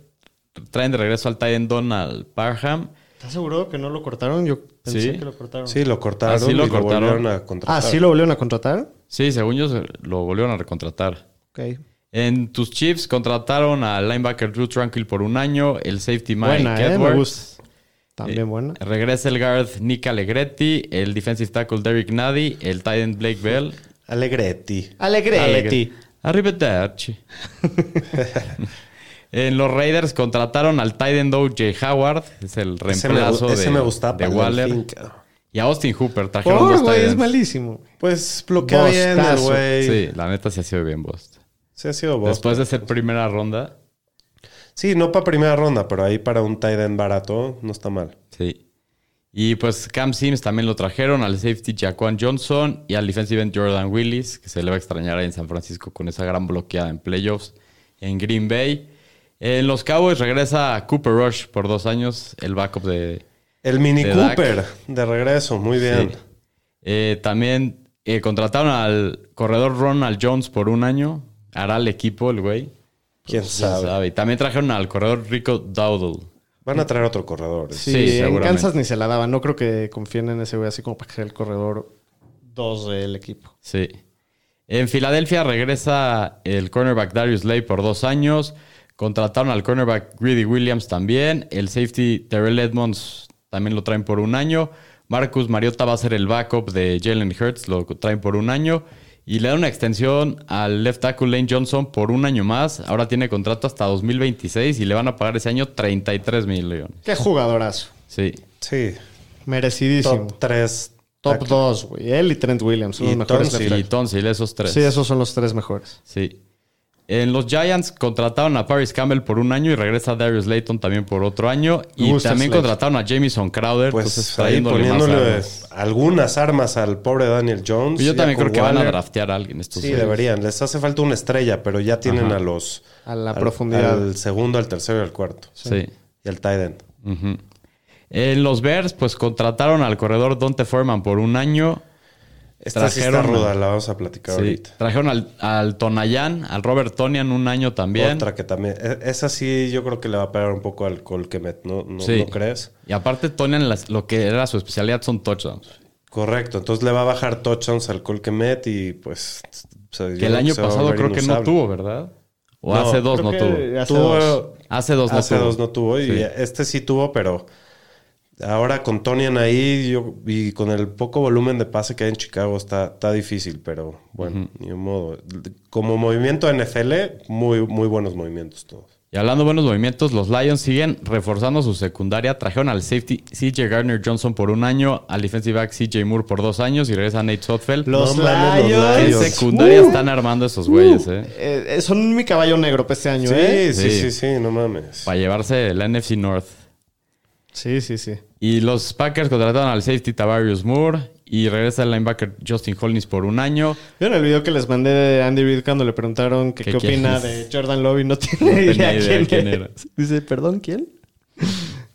S4: traen de regreso al tight end Donald Parham.
S2: ¿Estás seguro que no lo cortaron? Yo pensé
S4: Sí.
S2: que lo cortaron.
S3: Sí, lo cortaron
S4: Ah, sí lo
S3: y
S4: cortaron.
S3: lo volvieron a contratar.
S2: Ah, ¿sí lo volvieron a contratar?
S4: Sí, según yo se- lo volvieron a recontratar.
S2: Ok.
S4: En tus Chiefs contrataron al linebacker Drew Tranquil por un año, el safety Mike
S2: Buena, eh,
S4: Edwards.
S2: me gusta. También
S4: Eh,
S2: buena.
S4: Regresa el guard Nick Allegretti, el defensive tackle Derek Nady, el tight end Blake Bell.
S3: Alegretti.
S2: Alegretti.
S4: Arrivederci. en los Raiders contrataron al tight end O.J. Howard, es el
S3: Ese me,
S4: reemplazo
S3: ese
S4: de,
S3: me gustaba.
S4: de
S3: para el Oh,
S4: Waller.
S3: fin, cabrón.
S4: Y a Austin Hooper trajeron
S2: Por,
S4: dos
S2: güey,
S4: tight
S2: es
S4: ends.
S2: malísimo. güey.
S3: Pues bloquea bien el
S2: Bostazo.
S3: güey.
S4: Sí, la neta se ha sido bien Bost.
S3: Sí ha sido vos.
S4: Después de ser primera ronda,
S3: Sí, no para primera ronda, pero ahí para un tight end barato no está mal.
S4: Sí. Y pues Cam Sims también lo trajeron al safety Jaquan Johnson y al defensive end Jordan Willis, que se le va a extrañar ahí en San Francisco con esa gran bloqueada en playoffs en Green Bay. En los Cowboys regresa Cooper Rush por dos años, el backup de...
S3: El Mini
S4: De Dak.
S3: Cooper de regreso, muy bien.
S4: Sí. Eh, también eh, contrataron al corredor Ronald Jones por un año. Hará el equipo el güey.
S3: Quién
S4: Pues,
S3: sabe.
S4: Y también trajeron al corredor Rico Dowdle.
S3: Van a traer otro corredor. ¿eh?
S2: Sí,
S4: Sí,
S2: en
S4: seguramente.
S2: Kansas ni se la daban. No creo que confíen en ese güey así como para que sea el corredor 2 del equipo.
S4: Sí. En Filadelfia regresa el cornerback Darius Lay por dos años. Contrataron al cornerback Greedy Williams también. El safety Terrell Edmonds también lo traen por un año. Marcus Mariota va a ser el backup de Jalen Hurts, lo traen por un año. Y le dan una extensión al left tackle Lane Johnson por un año más. Ahora tiene contrato hasta 2026 y le van a pagar ese año 33 millones.
S2: Qué jugadorazo.
S4: Sí.
S3: Sí.
S2: Merecidísimo.
S3: Top 3
S2: Top 2, güey. Él y Trent Williams son
S3: Y
S2: los mejores.
S3: Tonsil.
S2: left
S4: Y Tonsil, esos
S2: tackles.
S4: tres.
S2: Sí, esos son los tres mejores.
S4: Sí. En los Giants contrataron a Paris Campbell por un año y regresa Darius Layton también por otro año. Y
S2: gusta
S4: también
S2: Slayton.
S4: contrataron a Jamison Crowder.
S3: Pues
S4: entonces,
S3: ahí
S4: trayéndole más
S3: poniéndole
S4: armas.
S3: algunas armas al pobre Daniel Jones.
S4: Yo también creo
S3: Jacob
S4: que van a
S3: Waller.
S4: draftear a alguien estos
S3: Sí,
S4: seis.
S3: deberían. Les hace falta una estrella, pero ya tienen
S4: Ajá.
S3: a los.
S2: A la
S3: al-
S2: profundidad.
S3: Al segundo, al tercero y al cuarto.
S4: Sí.
S3: Y al tight end.
S4: Ujú. En los Bears, pues contrataron al corredor Dante Foreman por un año.
S3: Esta sí está
S4: Trajeron-
S3: ruda, la vamos a platicar
S4: Sí.
S3: ahorita.
S4: Trajeron al, al Tonayan, al Robert Tonian un año también.
S3: Otra que también. e- Esa sí, yo creo que le va a pegar un poco al Colquemet, ¿no? ¿No,
S4: Sí.
S3: ¿no crees?
S4: Y aparte, Tonian, las- lo que era su especialidad son touchdowns.
S3: Correcto. Entonces le va a bajar touchdowns al Colquemet y pues. o sea, yo
S4: Que el
S3: creo
S4: año
S3: se va a
S4: pasado
S3: volver
S4: creo que no
S3: inusable.
S4: tuvo, ¿verdad? O
S3: No,
S4: hace dos no
S2: Creo que
S4: tuvo.
S2: hace
S3: Tuvo-
S2: dos.
S4: Hace dos no
S3: Hace
S4: tuvo.
S3: dos no tuvo y
S4: Sí.
S3: este sí tuvo, pero ahora con Tonian ahí yo- y con el poco volumen de pase que hay en Chicago está, está difícil, pero bueno, ni modo. Como movimiento NFL, muy, muy buenos movimientos todos.
S4: Y hablando de buenos movimientos, los Lions siguen reforzando su secundaria. Trajeron al safety CJ Gardner Johnson por un año, al defensive back CJ Moore por dos años y regresa Nate Sotfeld.
S2: Los
S3: No mames, los
S4: ¿Qué
S2: Lions.
S3: Lions.
S4: secundaria
S2: Uh,
S4: están armando esos güeyes,
S2: uh,
S4: eh?
S2: eh, son mi caballo negro para este año,
S3: Sí,
S2: ¿eh?
S3: sí, sí,
S4: Sí.
S3: sí, no mames.
S4: Para llevarse la NFC North.
S2: Sí, sí, sí.
S4: Y los Packers contrataron al safety Tavarius Moore y regresa el linebacker Justin Hollins por un año.
S2: ¿Vieron el video que les mandé de Andy Reid cuando le preguntaron que
S4: ¿Qué
S2: qué opina
S4: quieres?
S2: de Jordan Love y no tiene
S4: No tenía
S2: idea,
S4: idea
S2: quién,
S4: quién
S2: es?
S4: era.
S2: Dice, perdón, ¿quién?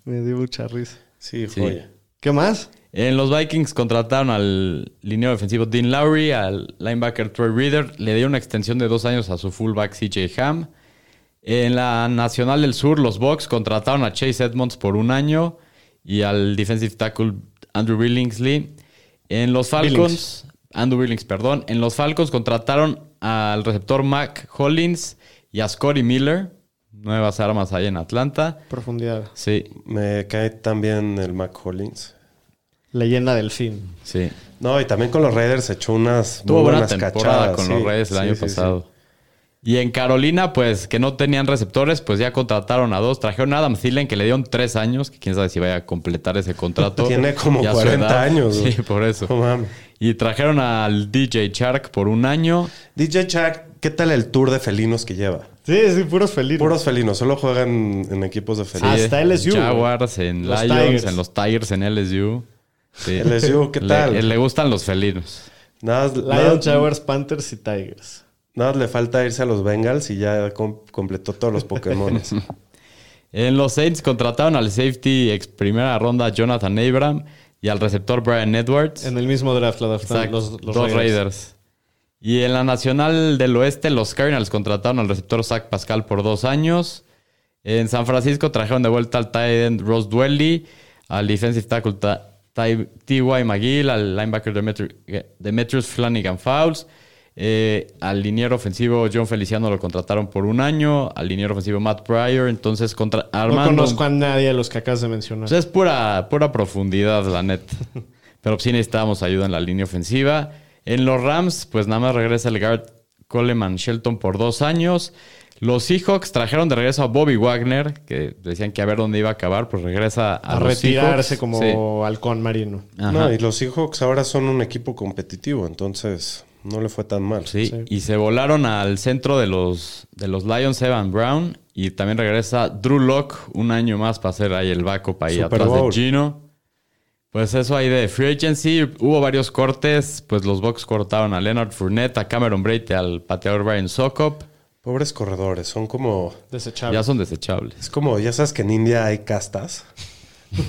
S2: Me dio mucha risa.
S3: Sí,
S4: Sí.
S3: joya.
S2: ¿Qué más?
S4: En los Vikings contrataron al lineo defensivo Dean Lowry, al linebacker Troy Reader, le dieron una extensión de dos años a su fullback CJ Ham. En la Nacional del Sur, los Bucks contrataron a Chase Edmonds por un año y al defensive tackle Andrew Billingsley. En los Falcons, Andrew Billings, perdón. En los Falcons contrataron al receptor Mac Hollins y a Scotty Miller, nuevas armas ahí en Atlanta.
S2: Profundidad.
S4: Sí,
S3: Me cae también el Mac Hollins.
S2: Leyenda del fin.
S4: sí.
S3: No, y también con los Raiders echó unas
S4: Tuvo
S3: muy
S4: buena
S3: buenas
S4: temporada
S3: cachadas.
S4: con
S3: sí,
S4: los Reyes el
S3: sí,
S4: año
S3: sí, sí.
S4: pasado. Y en Carolina, pues, que no tenían receptores, pues ya contrataron a dos. Trajeron a Adam Thielen, que le dieron tres años, que quién sabe si vaya a completar ese contrato.
S3: Tiene como
S4: Y a su
S3: 40
S4: edad.
S3: años,
S4: Sí,
S3: güey.
S4: por eso.
S3: No mames.
S4: Y trajeron al DJ Shark por un año.
S3: DJ Chuck, ¿qué tal el tour de felinos que lleva?
S2: Sí, sí, puros felinos.
S3: Puros felinos, solo juegan en equipos de felinos.
S2: Hasta
S4: en
S2: LSU, güey.
S4: Eh, Jaguars, en
S2: Los
S4: Lions,
S2: Tigers.
S4: en los Tigers, en LSU. Sí.
S3: LSU, ¿qué tal?
S4: Le, le gustan los felinos.
S3: Nada, más- nada-
S2: Lions, Jaguars, Panthers y Tigers.
S3: nada más le falta irse a los Bengals y ya com- completó todos los Pokémon.
S4: En los Saints contrataron al safety ex primera ronda Jonathan Abram y al receptor Brian Edwards.
S2: En el mismo draft la
S4: Exacto,
S2: draftaron los, los
S4: dos Raiders.
S2: Raiders.
S4: Y en la Nacional del Oeste, los Cardinals contrataron al receptor Zach Pascal por dos años. En San Francisco trajeron de vuelta al tight end Ross Dwelly, al defensive tackle Ta- Ty- T.Y. McGill, al linebacker Demetri- Demetrius Flanagan Fowles. Eh, al liniero ofensivo John Feliciano lo contrataron por un año. Al liniero ofensivo Matt Pryor. Entonces, contra
S2: No
S4: armando
S2: conozco a nadie de los que acabas de mencionar.
S4: o sea, es pura, pura profundidad, la neta. Pero sí necesitábamos ayuda en la línea ofensiva. En los Rams, pues nada más regresa el guard Coleman Shelton por dos años. Los Seahawks trajeron de regreso a Bobby Wagner, que decían que a ver dónde iba a acabar, pues regresa a,
S2: a
S4: los
S2: retirarse
S4: Seahawks.
S2: como
S4: Sí.
S2: halcón marino.
S4: Ajá.
S3: No, y los Seahawks ahora son un equipo competitivo, entonces no le fue tan mal.
S4: Sí, y se volaron al centro de los, de los Lions, Evan Brown. Y también regresa Drew Locke un año más para hacer ahí el backup ahí
S3: Super
S4: atrás
S3: Bowl.
S4: de Gino. Pues eso ahí de Free Agency. Hubo varios cortes. Pues los Bucks cortaron a Leonard Fournette, a Cameron Braid, al pateador Brian Sokop.
S3: Pobres corredores, son como...
S2: Desechable.
S4: Ya son desechables.
S3: Es como, ya sabes que en India hay castas.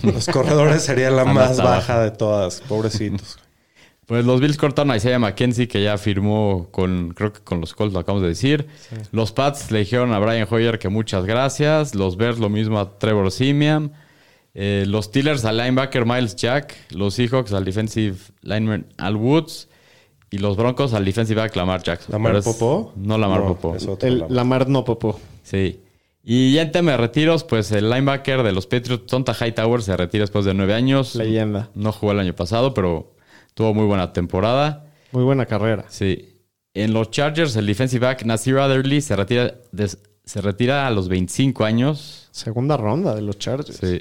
S3: Los corredores sería la
S4: Anda
S3: más
S4: hasta
S3: baja de todas, pobrecitos.
S4: Pues los Bills cortaron a Isaiah McKenzie, que ya firmó con, creo que con los Colts, lo acabamos de decir. Los Pats le dijeron a Brian Hoyer que muchas gracias. Los Bears lo mismo a Trevor Simian. Eh, los Steelers al linebacker Miles Jack. Los Seahawks al defensive lineman Al Woods. Y los Broncos al defensive back Lamar Jackson.
S3: ¿Lamar
S4: Pero es-
S3: Popó?
S4: No Lamar
S3: No,
S4: Popó.
S3: es otro
S2: El,
S3: Lamar.
S2: Lamar no popó.
S4: Sí. Y ya en tema de retiros, pues el linebacker de los Patriots, Tonta Hightower, se retira después de nueve años.
S2: Leyenda.
S4: No jugó el año pasado, pero tuvo muy buena temporada.
S2: Muy buena carrera.
S4: Sí. En los Chargers, el defensive back Nasir Adderley se retira, des- se retira a los 25 años.
S2: Segunda ronda de los Chargers.
S4: Sí.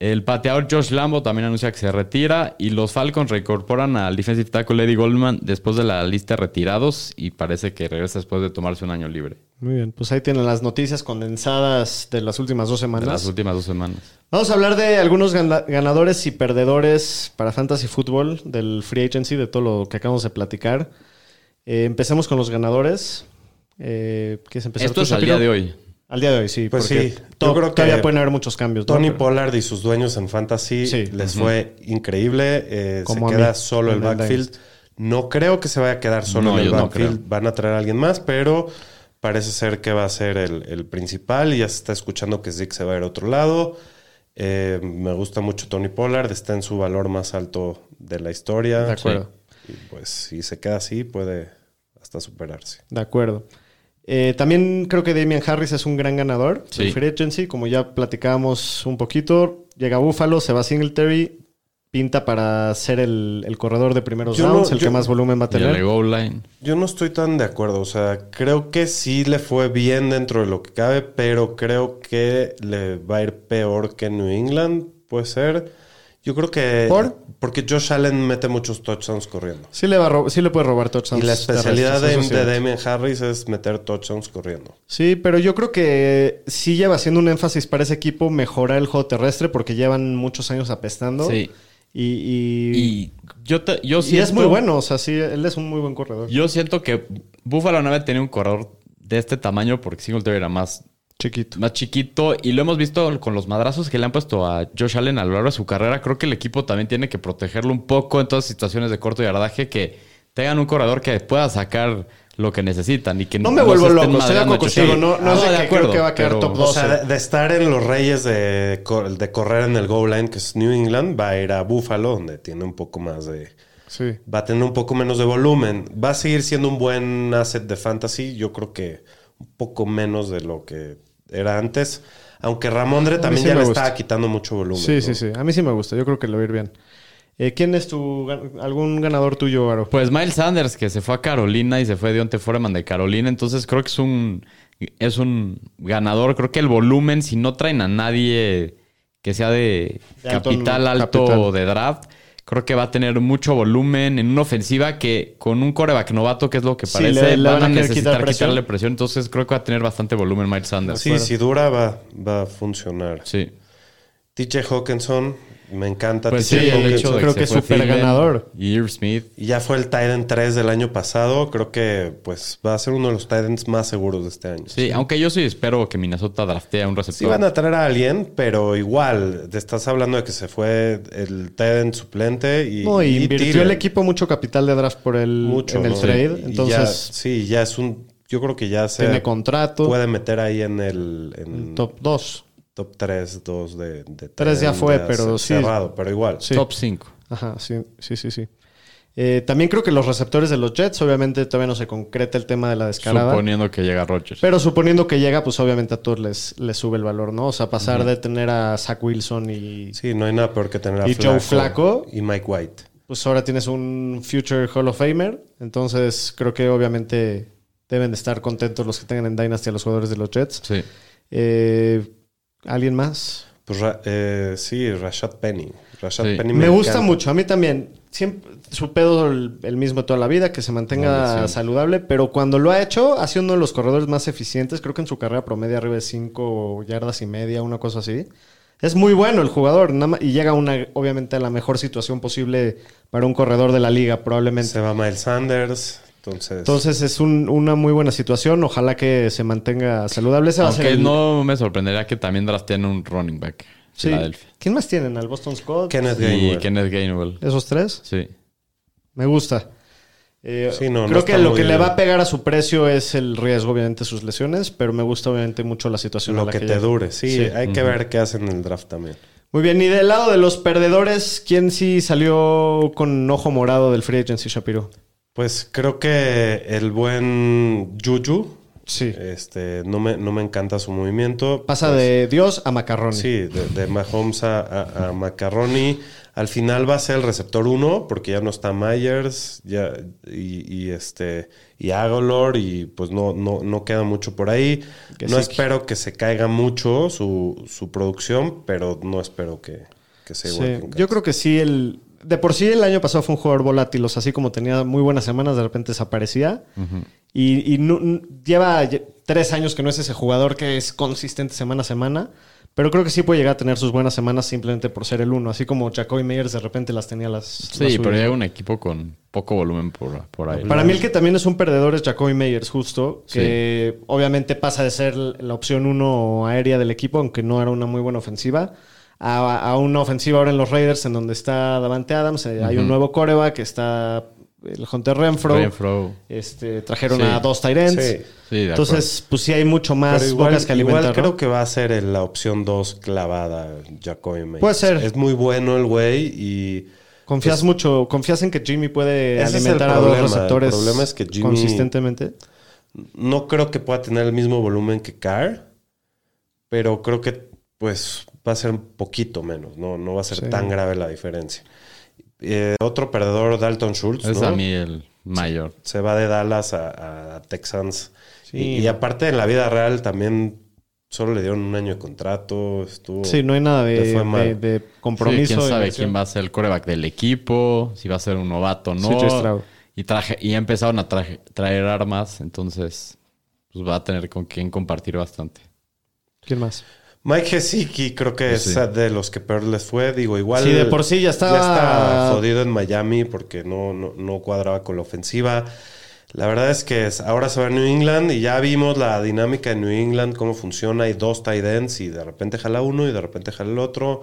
S4: El pateador Josh Lambo también anuncia que se retira y los Falcons reincorporan al defensive tackle Eddie Goldman después de la lista de retirados y parece que regresa después de tomarse un año libre
S2: Muy bien, pues ahí tienen las noticias condensadas de las últimas dos
S4: de
S2: semanas.
S4: las últimas dos semanas.
S2: Vamos a hablar de algunos gana- ganadores y perdedores para Fantasy Football, del Free Agency, de todo lo que acabamos de platicar. Eh, empecemos con los ganadores. Eh, ¿Quieres empezar tú,
S4: Esto es al
S2: Shapiro?
S4: día de hoy.
S2: Al día de hoy, sí.
S3: Pues
S2: porque
S3: sí,
S2: to-
S3: yo creo que
S2: todavía pueden haber muchos cambios. ¿no?
S3: Tony
S2: Pero-
S3: Pollard y sus dueños en Fantasy
S2: Sí.
S3: les fue increíble. eh, se
S2: Como a
S3: queda
S2: mí,
S3: solo el
S2: en el
S3: backfield. No creo que se vaya a quedar solo
S4: No,
S3: en el
S4: yo no
S3: backfield. Van a traer a alguien más, pero parece ser que va a ser el, el principal. Ya se está escuchando que Zeke se va a ir a otro lado. Eh, me gusta mucho Tony Pollard. Está en su valor más alto de la historia.
S2: De acuerdo.
S3: Y pues si se queda así, puede hasta superarse.
S2: De acuerdo. Eh, también creo que Damian Harris es un gran ganador.
S4: Sí.
S2: El Free Agency, como ya platicábamos un poquito, llega a Buffalo, se va a Singletary, pinta para ser el, el corredor de primeros
S3: Yo no-
S2: rounds, el
S3: yo-
S2: que más volumen va a
S4: Y el
S2: tener.
S4: goal line.
S3: Yo no estoy tan de acuerdo, o sea, creo que sí le fue bien dentro de lo que cabe, pero creo que le va a ir peor que New England, puede ser. Yo creo que...
S2: ¿Por?
S3: Porque Josh Allen mete muchos touchdowns corriendo.
S2: Sí le, va a rob- sí le puede robar touchdowns.
S3: y la especialidad de,
S2: terrestres, eso
S3: de
S2: sí.
S3: Damien Harris es meter touchdowns corriendo.
S2: Sí, pero yo creo que sí lleva haciendo un énfasis para ese equipo mejorar el juego terrestre porque llevan muchos años apestando.
S4: Sí.
S2: Y, y-
S4: Y yo, te- yo
S2: y es
S4: siento-
S2: muy bueno, o sea, sí, él es un muy buen corredor.
S4: Yo siento que Buffalo no había tenido un corredor de este tamaño porque Singletary era más
S2: Chiquito.
S4: más chiquito y lo hemos visto con los madrazos que le han puesto a Josh Allen a lo largo de su carrera. Creo que el equipo también tiene que protegerlo un poco en todas situaciones de corto y yardaje que tengan un corredor que pueda sacar lo que necesitan y que
S2: No me vuelvo
S4: se estén
S2: loco, estoy de
S4: madreando
S2: acuerdo
S4: a Josh Allen. Ah,
S2: contigo, no- no es de que creo que va a quedar
S4: pero-
S2: top
S3: O
S2: dos.
S3: sea, de, de estar en los reyes de, cor- de correr en el goal line, que es New England, va a ir a Buffalo, donde tiene un poco más de...
S2: Sí.
S3: va a tener un poco menos de volumen. Va a seguir siendo un buen asset de fantasy. Yo creo que un poco menos de lo que era antes. Aunque Ramondre también
S2: sí
S3: ya
S2: me
S3: le
S2: gusta.
S3: estaba quitando mucho volumen.
S2: Sí,
S3: ¿no?
S2: sí, sí. A mí sí me gusta. Yo creo que le va a ir bien. Eh, ¿Quién es tu gan- algún ganador tuyo, Aro?
S4: Pues Miles Sanders, que se fue a Carolina y se fue Dionte Foreman de Carolina. Entonces creo que es un, es un ganador. Creo que el volumen, si no traen a nadie que sea de,
S2: De alto-
S4: capital alto
S2: capital.
S4: de draft, creo que va a tener mucho volumen en una ofensiva que con un coreback novato, que es lo que
S2: Sí,
S4: parece,
S2: le- le
S4: van
S2: van a
S4: a
S2: querer
S4: necesitar
S2: quitar presión.
S4: quitarle presión. Entonces creo que va a tener bastante volumen Miles Sanders.
S3: Sí, si dura, va, va a funcionar.
S4: Sí.
S3: TJ Hawkinson, me encanta.
S4: Pues sí,
S3: TJ
S4: el
S3: Hawkinson.
S4: hecho de
S2: creo
S4: que,
S2: que
S4: se fue
S2: es súper
S4: Thielen
S2: ganador.
S4: Y Irv Smith.
S3: Y ya fue el Titan 3 del año pasado. Creo que pues va a ser uno de los Titans más seguros de este año.
S4: Sí, aunque yo sí espero que Minnesota draftee a un receptor.
S3: Sí van a traer a alguien, pero igual, te estás hablando de que se fue el Titan suplente y,
S2: No, y
S3: y
S2: invirtió el
S3: Thielen.
S2: equipo mucho capital de draft por el,
S3: mucho
S2: en el
S3: ¿no?
S2: trade.
S3: Y ya-
S2: Entonces,
S3: sí, ya es un. Yo creo que ya se
S2: tiene contrato.
S3: puede meter ahí en el en top.
S2: Top 2.
S3: 3, 2 de, de
S2: Tres ya
S3: tren,
S2: fue, pero
S3: cer-
S2: sí.
S3: Cerrado, pero igual.
S2: Sí.
S4: Top 5.
S2: Ajá, sí, sí, sí, sí. Eh, también creo que los receptores de los Jets, obviamente todavía no se concreta el tema de la descarada.
S4: Suponiendo que llega Rodgers.
S2: Pero suponiendo que llega, pues obviamente a todos les, les sube el valor, ¿no? O sea, pasar de tener a Zach Wilson y
S3: Sí, no hay nada peor que tener a
S2: Y Joe Flacco.
S3: y Mike White.
S2: pues ahora tienes un Future Hall of Famer. Entonces creo que obviamente deben de estar contentos los que tengan en Dynasty a los jugadores de los Jets.
S4: Sí.
S2: Eh, ¿Alguien más?
S3: Pues Ra- eh, sí, Rashad Penny. Rashad
S4: Sí.
S3: Penny
S2: Me, gusta
S3: encanta.
S2: mucho, a mí también. Siempre su pedo el, el mismo toda la vida, que se mantenga
S4: Vale, sí.
S2: saludable, pero cuando lo ha hecho, ha sido uno de los corredores más eficientes. Creo que en su carrera promedia arriba de 5 yardas y media, una cosa así. Es muy bueno el jugador nada más- y llega a una, obviamente a la mejor situación posible para un corredor de la liga, probablemente.
S3: Se va Miles Sanders. Entonces,
S2: Entonces es un- una muy buena situación. Ojalá que se mantenga saludable. Ese va a ser
S4: Aunque
S2: el-
S4: no me sorprendería que también drafteen un running back.
S2: Sí.
S4: Filadelfia.
S2: ¿Quién más tienen? ¿Al Boston Scott?
S3: Kenneth
S4: Y
S3: Gainwell.
S4: Kenneth Gainwell.
S2: ¿Esos tres?
S4: Sí.
S2: Me gusta. Eh,
S3: Sí, no, no
S2: creo
S3: está
S2: que lo
S3: muy
S2: que le
S3: bien.
S2: va a pegar a su precio es el riesgo, obviamente, sus lesiones, pero me gusta, obviamente, mucho la situación. a
S3: Lo
S2: la
S3: que, te
S2: llega.
S3: dure. Sí,
S2: Sí.
S3: hay que ver qué hacen en el draft también.
S2: Muy bien, y del lado de los perdedores, ¿quién sí salió con ojo morado del free agency, Shapiro?
S3: Pues creo que el buen Juju
S2: Sí.
S3: Este, no, me, no me encanta su movimiento.
S2: Pasa de Dios a Macarrón.
S3: pues, Sí, de, de Mahomes a, a, a Macaroni. Al final va a ser el receptor 1, porque ya no está Myers ya, y, y este y Agolor, y pues no, no, no queda mucho por ahí.
S2: Que
S3: no
S2: sí.
S3: espero que se caiga mucho su, su producción, pero no espero que, que sea igual. que en
S2: Yo
S3: Kansas.
S2: creo que sí, el. De por sí el año pasado fue un jugador volátil, o sea, así como tenía muy buenas semanas, de repente desaparecía. Y, y no- n- lleva ye- tres años que no es ese jugador que es consistente semana a semana, pero creo que sí puede llegar a tener sus buenas semanas simplemente por ser el uno, así como Jacoby Meyers de repente las tenía las. las
S4: Sí, pero
S2: suyas.
S4: llega un equipo con poco volumen por, por ahí.
S2: Para mí el que también es un perdedor es Jacoby Meyers, justo, que obviamente pasa de ser la opción uno aérea del equipo, aunque no era una muy buena ofensiva, a, a una ofensiva ahora en los Raiders, en donde está Davante Adams, eh, hay un nuevo coreback, está el Hunter Renfro,
S4: Renfro.
S2: Este, trajeron
S4: Sí.
S2: a dos tight ends.
S3: Sí.
S4: Sí, de
S2: Entonces, pues sí hay mucho más
S3: Pero igual,
S2: bocas que alimentar.
S3: igual
S2: ¿no?
S3: creo que va a ser el- la opción 2 clavada, Jacoby Meyers.
S2: Puede ser.
S3: Es muy bueno el güey y.
S2: Confías mucho, confías en que Jimmy puede
S3: pues, Ese es el
S2: alimentar a dos
S3: problema. El
S2: receptores
S3: problema es que Jimmy-
S2: consistentemente.
S3: No creo que pueda tener el mismo volumen que Carr, pero creo que pues va a ser un poquito menos, no, no va a ser
S2: Sí.
S3: tan grave la diferencia. Eh, otro perdedor, Dalton Schultz,
S4: Es
S3: ¿no?
S4: a mí el mayor.
S3: se va de Dallas a, a Texans.
S2: Sí.
S3: Y, y aparte en la vida real también solo le dieron un año de contrato, estuvo...
S2: Sí, no hay nada
S3: Le
S2: de,
S3: fue mal.
S2: de- de
S4: Sí,
S2: compromiso.
S4: quién
S2: de
S4: sabe
S2: inversión.
S4: quién va a ser el coreback del equipo, si va a ser un novato o
S2: CJ Stroud.
S4: no. Y, traje, y empezaron a traje- traer armas, entonces pues va a tener con quién compartir bastante.
S2: ¿Quién más?
S3: Mike Gesicki creo que
S4: Sí.
S3: es de los que peor les fue. Digo, igual.
S2: Sí, de por sí ya estaba-
S3: está jodido en Miami porque no, no, no cuadraba con la ofensiva. La verdad es que es- ahora se va a New England y ya vimos la dinámica de New England, cómo funciona. Hay dos tight ends y de repente jala uno y de repente jala el otro.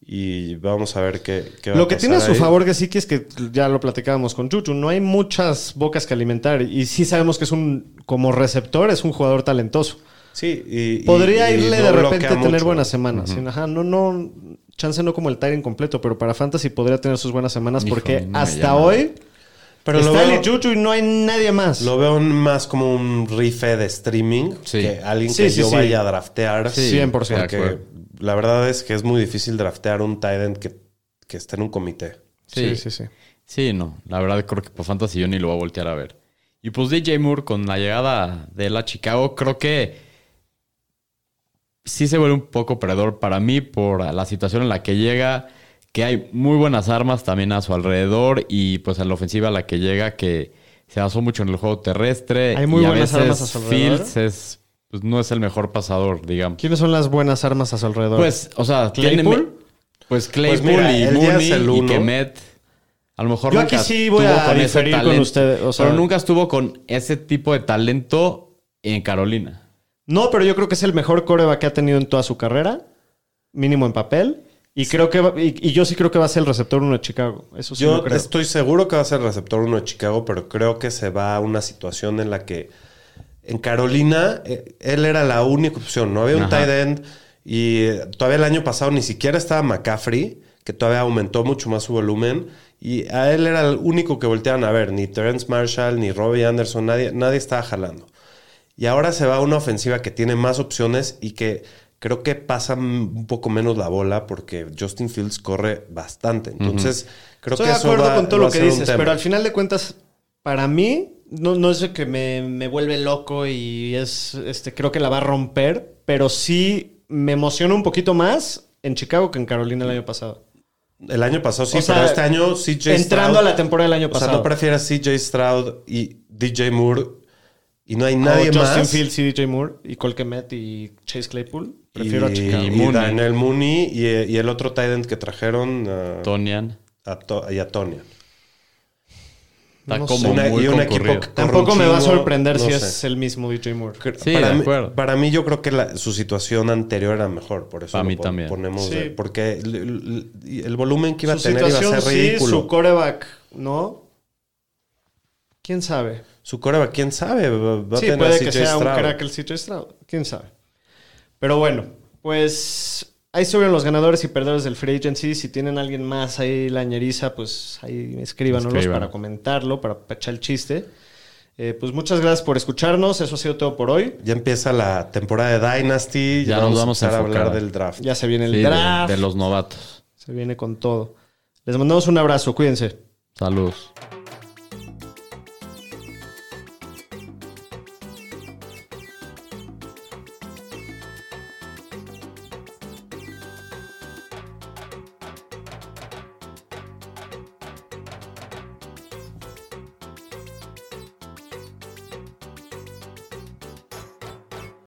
S3: Y vamos a ver qué, qué va a
S2: Lo que tiene a
S3: pasar
S2: su
S3: ahí.
S2: favor que sí que es que ya lo platicábamos con Chuchu, no hay muchas bocas que alimentar y sí sabemos que es un como receptor es un jugador talentoso.
S3: Sí, y- y-
S2: Podría
S3: y
S2: irle
S3: no
S2: de
S3: bloquea
S2: repente a tener
S3: mucho.
S2: buenas em- semanas. Ajá, no no chance no como el Tyrant completo, pero para fantasy podría tener sus buenas semanas
S4: Híjole,
S2: porque
S4: no me
S2: hasta
S4: llama.
S2: hoy
S3: Pero lo
S2: está
S3: veo-
S2: el Chuchu y no hay nadie más.
S3: Lo veo más como un rife de streaming
S4: Sí.
S3: que alguien
S2: Sí,
S3: que
S2: sí,
S3: yo
S2: sí.
S3: vaya a draftear.
S4: Sí,
S2: 100%.
S4: de
S3: Porque
S4: acuerdo.
S3: la verdad es que es muy difícil draftear un tight end que, que esté en un comité.
S4: Sí, sí,
S2: sí, sí.
S4: no. La verdad creo que por fantasy yo ni lo voy a voltear a ver. Y pues DJ Moore con la llegada de la Chicago creo que sí se vuelve un poco perdedor para mí por la situación en la que llega, que hay muy buenas armas también a su alrededor y pues a la ofensiva a la que llega que se basó mucho en el juego terrestre.
S2: Hay muy
S4: y
S2: buenas
S4: veces
S2: armas a su alrededor.
S4: Fields es, pues, no es el mejor pasador, digamos.
S2: ¿Quiénes son las buenas armas a su alrededor?
S4: Pues, o sea, tiene-
S2: ¿Claypool?
S4: pues Claypool
S3: mira,
S4: y
S3: él ya
S4: Mooney
S3: es el
S4: y
S3: uno.
S4: Kemet. A lo mejor
S2: Yo
S4: nunca
S2: aquí sí voy
S4: estuvo
S2: a
S4: ese
S2: diferir con
S4: talento,
S2: ustedes, o sea-
S4: pero nunca estuvo con ese tipo de talento en Carolina.
S2: No, pero yo creo que es el mejor coreback que ha tenido en toda su carrera, mínimo en papel. Y creo que va- y, y yo sí creo que va a ser el receptor uno de Chicago. Eso sí lo
S3: Yo
S2: creo.
S3: estoy seguro que va a ser el receptor uno de Chicago, pero creo que se va a una situación en la que en Carolina eh, él era la única opción. No había un
S4: Ajá.
S3: tight end y eh, todavía el año pasado ni siquiera estaba McCaffrey, que todavía aumentó mucho más su volumen. Y a él era el único que volteaban a ver. Ni Terence Marshall, ni Robbie Anderson, nadie, nadie estaba jalando. Y ahora se va a una ofensiva que tiene más opciones y que creo que pasa m- un poco menos la bola porque Justin Fields corre bastante. Entonces, creo
S2: Estoy
S3: que
S2: de
S3: eso
S2: acuerdo
S3: va-
S2: con todo
S3: va
S2: lo
S3: a
S2: que
S3: ser un
S2: dices,
S3: tema.
S2: pero al final de cuentas, para mí, no, no es de que me, me vuelve loco y es este creo que la va a romper, pero sí me emociona un poquito más en Chicago que en Carolina el año pasado.
S3: El año pasado sí,
S2: O sea,
S3: pero este año CJ
S2: entrando
S3: Stroud-
S2: a la temporada del año
S3: O sea,
S2: pasado.
S3: no prefieres CJ Stroud y DJ Moore y no hay
S2: O
S3: nadie
S2: Oh, Justin
S3: más.
S2: Fields y DJ Moore y Colquemet y Chase Claypool. Prefiero
S3: y,
S2: a Chicago.
S3: y
S4: Mooney.
S3: Darnell Mooney y, y el otro tight end que trajeron uh,
S4: Tonian.
S3: a To- y a Tonya.
S4: Está
S2: No
S4: como
S3: sé.
S4: muy
S3: Y un equipo
S4: concurrido.
S3: que-
S2: Tampoco me va a
S3: Corronchino,
S2: sorprender
S3: no
S2: si
S3: sé.
S2: es el mismo DJ Moore.
S4: Sí,
S3: para,
S4: de
S3: mí,
S4: acuerdo.
S3: para mí yo creo que la- su situación anterior era mejor, por eso
S4: Para
S3: lo
S4: mí
S3: pon-
S4: también.
S3: ponemos
S2: Sí.
S3: de- porque el, el- el volumen que iba
S2: su
S3: a tener iba a
S2: situación
S3: ser
S2: sí,
S3: ridículo.
S2: su coreback, ¿no? ¿Quién sabe?
S3: su coreba, quién sabe, va va a
S2: sí,
S3: tener
S2: puede
S3: a
S2: que
S3: CJ
S2: sea
S3: Stroud.
S2: un crack el sitio Stroud. ¿Quién sabe? Pero bueno, pues ahí subieron los ganadores y perdedores del Free Agency. Si tienen alguien más ahí la ñeriza, pues ahí escríbanos
S4: Escriban.
S2: para comentarlo, para echar el chiste. Eh, pues muchas gracias por escucharnos. Eso ha sido todo por hoy.
S3: Ya empieza la temporada de Dynasty.
S4: Ya nos vamos a
S3: empezar
S4: enfocar.
S3: hablar del draft.
S2: Ya se viene el
S4: Sí, de-
S2: draft.
S4: de los novatos.
S2: Se viene con todo. Les mandamos un abrazo. Cuídense.
S4: Saludos.